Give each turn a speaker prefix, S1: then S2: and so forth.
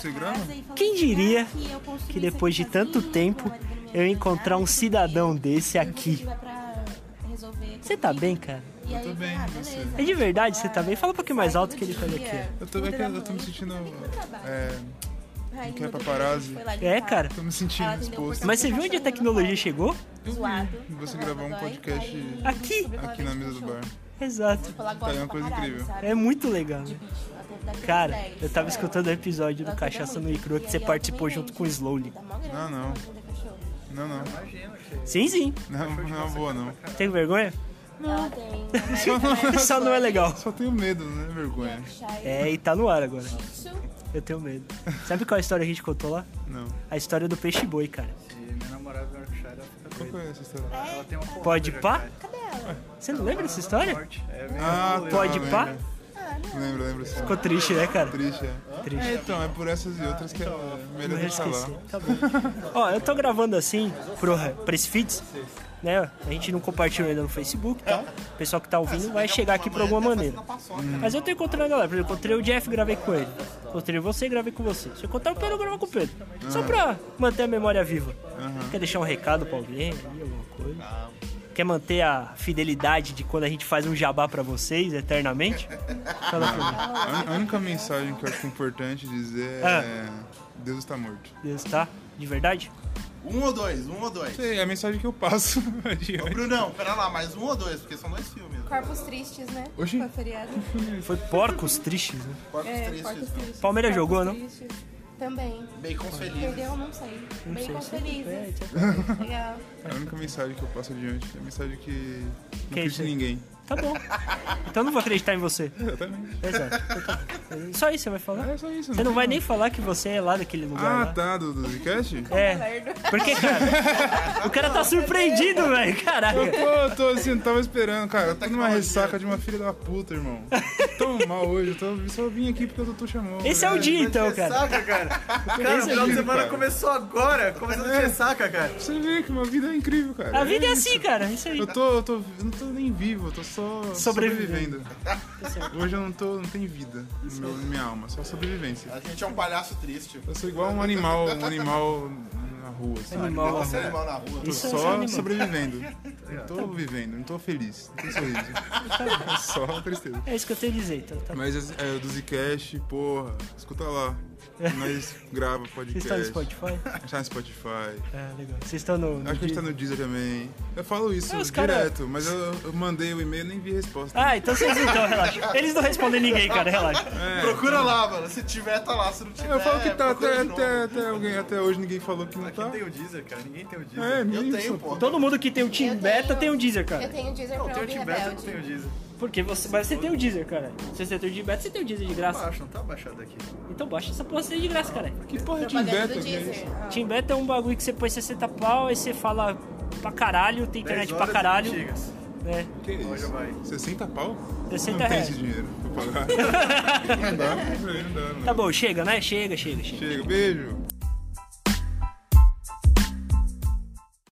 S1: Sem grana?
S2: Quem diria que depois de tanto tempo eu encontrar um cidadão desse aqui? Você tá bem, cara?
S1: Eu tô
S3: "Ah,
S1: bem, e você?
S2: É de verdade, você tá bem? Fala um pouquinho mais alto que ele tá aqui.
S1: Eu tô, é que eu tô me sentindo.
S2: tá.
S1: É, não quer paparazzi.
S2: É, cara.
S1: Tô me sentindo exposto.
S2: Mas você viu onde a tecnologia chegou?
S1: eu vi você gravar um podcast
S2: Aqui!
S1: aqui na mesa do bar.
S2: Exato.
S1: Tá, é uma coisa incrível.
S2: É muito legal. né? Cara, eu tava escutando o episódio do Cachaça no Icru que você participou junto com o Slowly.
S3: tá
S1: Não, não. Não, não.
S2: Sim, sim.
S1: Não, não é uma boa, não.
S2: Tem vergonha?
S1: Só, não-
S2: Só não é legal.
S1: só tenho medo, né? Vergonha.
S3: tipo,
S2: É, e tá no ar agora. Eu tenho medo. Sabe qual é a história que a gente contou lá?
S1: Não.
S2: A história do peixe boi, cara.
S4: E minha namorada do Yorkshire, ela fica
S1: Qual
S4: doida.
S1: que é essa história?
S4: Ela tem uma
S2: Pode
S4: porrada
S2: pá?
S4: de Yorkshire.
S2: Você não lembra dessa história?
S4: É, vem
S1: Ah, tá,
S2: Pode
S1: lembro.
S2: pá?
S1: Lembro, lembro sim.
S2: Ficou triste, né, cara?
S1: Triste, é.
S2: Triste.
S1: É, então, é por essas e outras que é melhor
S2: Então, Eu
S1: não
S2: esqueci.
S1: falar.
S2: Tá bom. Ó, eu tô gravando assim pro, pra esse feeds, né? A gente não compartilhou ainda no Facebook e tal. O pessoal que tá ouvindo vai chegar aqui por alguma maneira. Mas eu tô encontrando a galera. Por exemplo, encontrei o Jeff, gravei com ele. Encontrei você, gravei com você. Se eu encontrar o Pedro, eu gravo com o Pedro. Só
S1: Ah.
S2: pra manter a memória viva. Quer deixar um recado pra alguém, aí, alguma coisa? Quer manter a fidelidade de quando a gente faz um jabá pra vocês eternamente? Fala pra mim.
S1: A a única mensagem que eu acho importante dizer
S2: Ah.
S1: é... Deus está morto.
S2: Deus, tá? De verdade?
S5: Um ou dois, um ou dois.
S1: Isso aí é a mensagem que eu passo
S5: Ô, Brunão, pera lá, mais um ou dois, porque são dois filmes.
S3: Corpos tristes, né?
S1: Oxi.
S3: Foi feriado.
S2: Foi porcos tristes, né?
S5: Corpos
S3: É,
S5: tristes.
S3: corpos tristes.
S2: Palmeiras
S3: Corpos
S2: jogou, não?
S3: tristes. Também.
S5: Bacons felizes.
S3: Perdeu, não sei.
S2: sei,
S3: Bacon
S2: se é
S3: felizes. Legal.
S1: A única mensagem que eu passo adiante é a mensagem que não
S2: Que isso
S1: acredita
S2: aí?
S1: em ninguém.
S2: Tá bom. Então eu não vou acreditar em você.
S1: Exatamente.
S2: Exato. Então tá bom. Só isso você vai falar?
S1: É só isso.
S2: Você não
S1: tem
S2: vai nem falar que você é lá daquele lugar
S1: Ah,
S2: lá.
S1: tá, do, do Zcast?
S2: É. Porque, cara, o cara tá surpreendido, velho.
S1: Eu
S2: Caraca.
S1: tô, eu tô assim, não tava esperando, cara. Eu tô numa ressaca de uma filha da puta, irmão. Tão mal hoje, eu tô, só vim aqui porque o doutor chamou.
S2: Esse é o dia, então, cara.
S4: Saca, cara? Cara, o
S1: Esse é o
S4: final de
S1: dia,
S4: semana
S1: cara.
S4: começou agora. Começou
S2: É.
S4: a ter saca, cara.
S1: Você vê que uma vida é incrível, cara.
S2: A vida é
S1: isso.
S2: assim, cara. Isso aí.
S1: Eu tô, eu tô, eu não tô nem vivo, eu tô só
S2: Sobrevivendo.
S1: sobrevivendo. Hoje eu não tô, não tem vida no meu, na minha alma, só sobrevivência.
S5: A gente é um palhaço triste.
S1: Eu sou igual um animal, um animal na rua, sabe?
S2: Animal,
S1: né?
S5: Você é
S2: mano.
S5: animal na rua.
S1: Tô
S2: Isso é
S1: só
S2: animal.
S1: sobrevivendo. Não tô vivendo, não tô feliz, não tô sorriso. É só tristeza.
S2: É isso que eu tenho a dizer. Então, tá.
S1: Mas é, é do Zcast, porra, escuta lá. Nós grava
S2: Vocês
S1: podcast.
S2: estão no Spotify?
S1: A gente tá no Spotify.
S2: É, legal. Vocês estão no. no
S1: Acho que a gente tá no
S2: Deezer?
S1: Deezer também. Eu falo isso
S2: É, os cara-
S1: direto, mas eu, eu mandei o e-mail e nem vi resposta.
S2: Ah, então vocês então, relaxa. Eles não respondem ninguém, cara, relaxa.
S5: Procura lá, mano. Se tiver, tá lá. Se não tiver,
S1: É. Eu falo que tá
S5: procura
S1: até,
S5: de novo.
S1: até, até alguém, até hoje ninguém falou que não
S4: Aqui
S1: tá.
S4: não tem o Deezer, cara. Ninguém tem o
S1: É,
S4: Deezer.
S1: nem
S5: Eu
S1: isso.
S5: tenho, porra.
S2: Todo mundo que tem o Team
S3: Eu
S2: Beta
S3: tenho-
S2: tem o Deezer,
S3: Eu
S2: cara.
S3: tenho um Deezer
S4: Não,
S3: pra
S4: tem É o
S3: ouvir
S4: Tim Beta, não
S3: rebelde.
S4: tem um o Deezer.
S2: Porque você. Mas você tem o Deezer, cara. Se você tem o Team Beta, você tem o Deezer de graça.
S4: Baixa, não tá baixado aqui.
S2: Então baixa essa porra de graça, cara.
S1: Que porra de
S3: Propaganda
S1: beta
S3: do
S1: que é
S3: Deezer.
S1: isso?
S3: Ah.
S2: Team Beta é um bagulho que você põe 60 pau, aí você fala pra caralho, tem
S4: 10
S2: internet pra
S4: horas
S2: caralho.
S4: antigas.
S2: Né?
S1: Que
S4: Olha, vai.
S1: isso? 60 pau?
S2: 60
S1: não tem
S2: reais.
S1: esse dinheiro pra pagar. não dá, não dá, não dá.
S2: Tá bom, chega, né? Chega, chega, chega.
S1: Chega, beijo.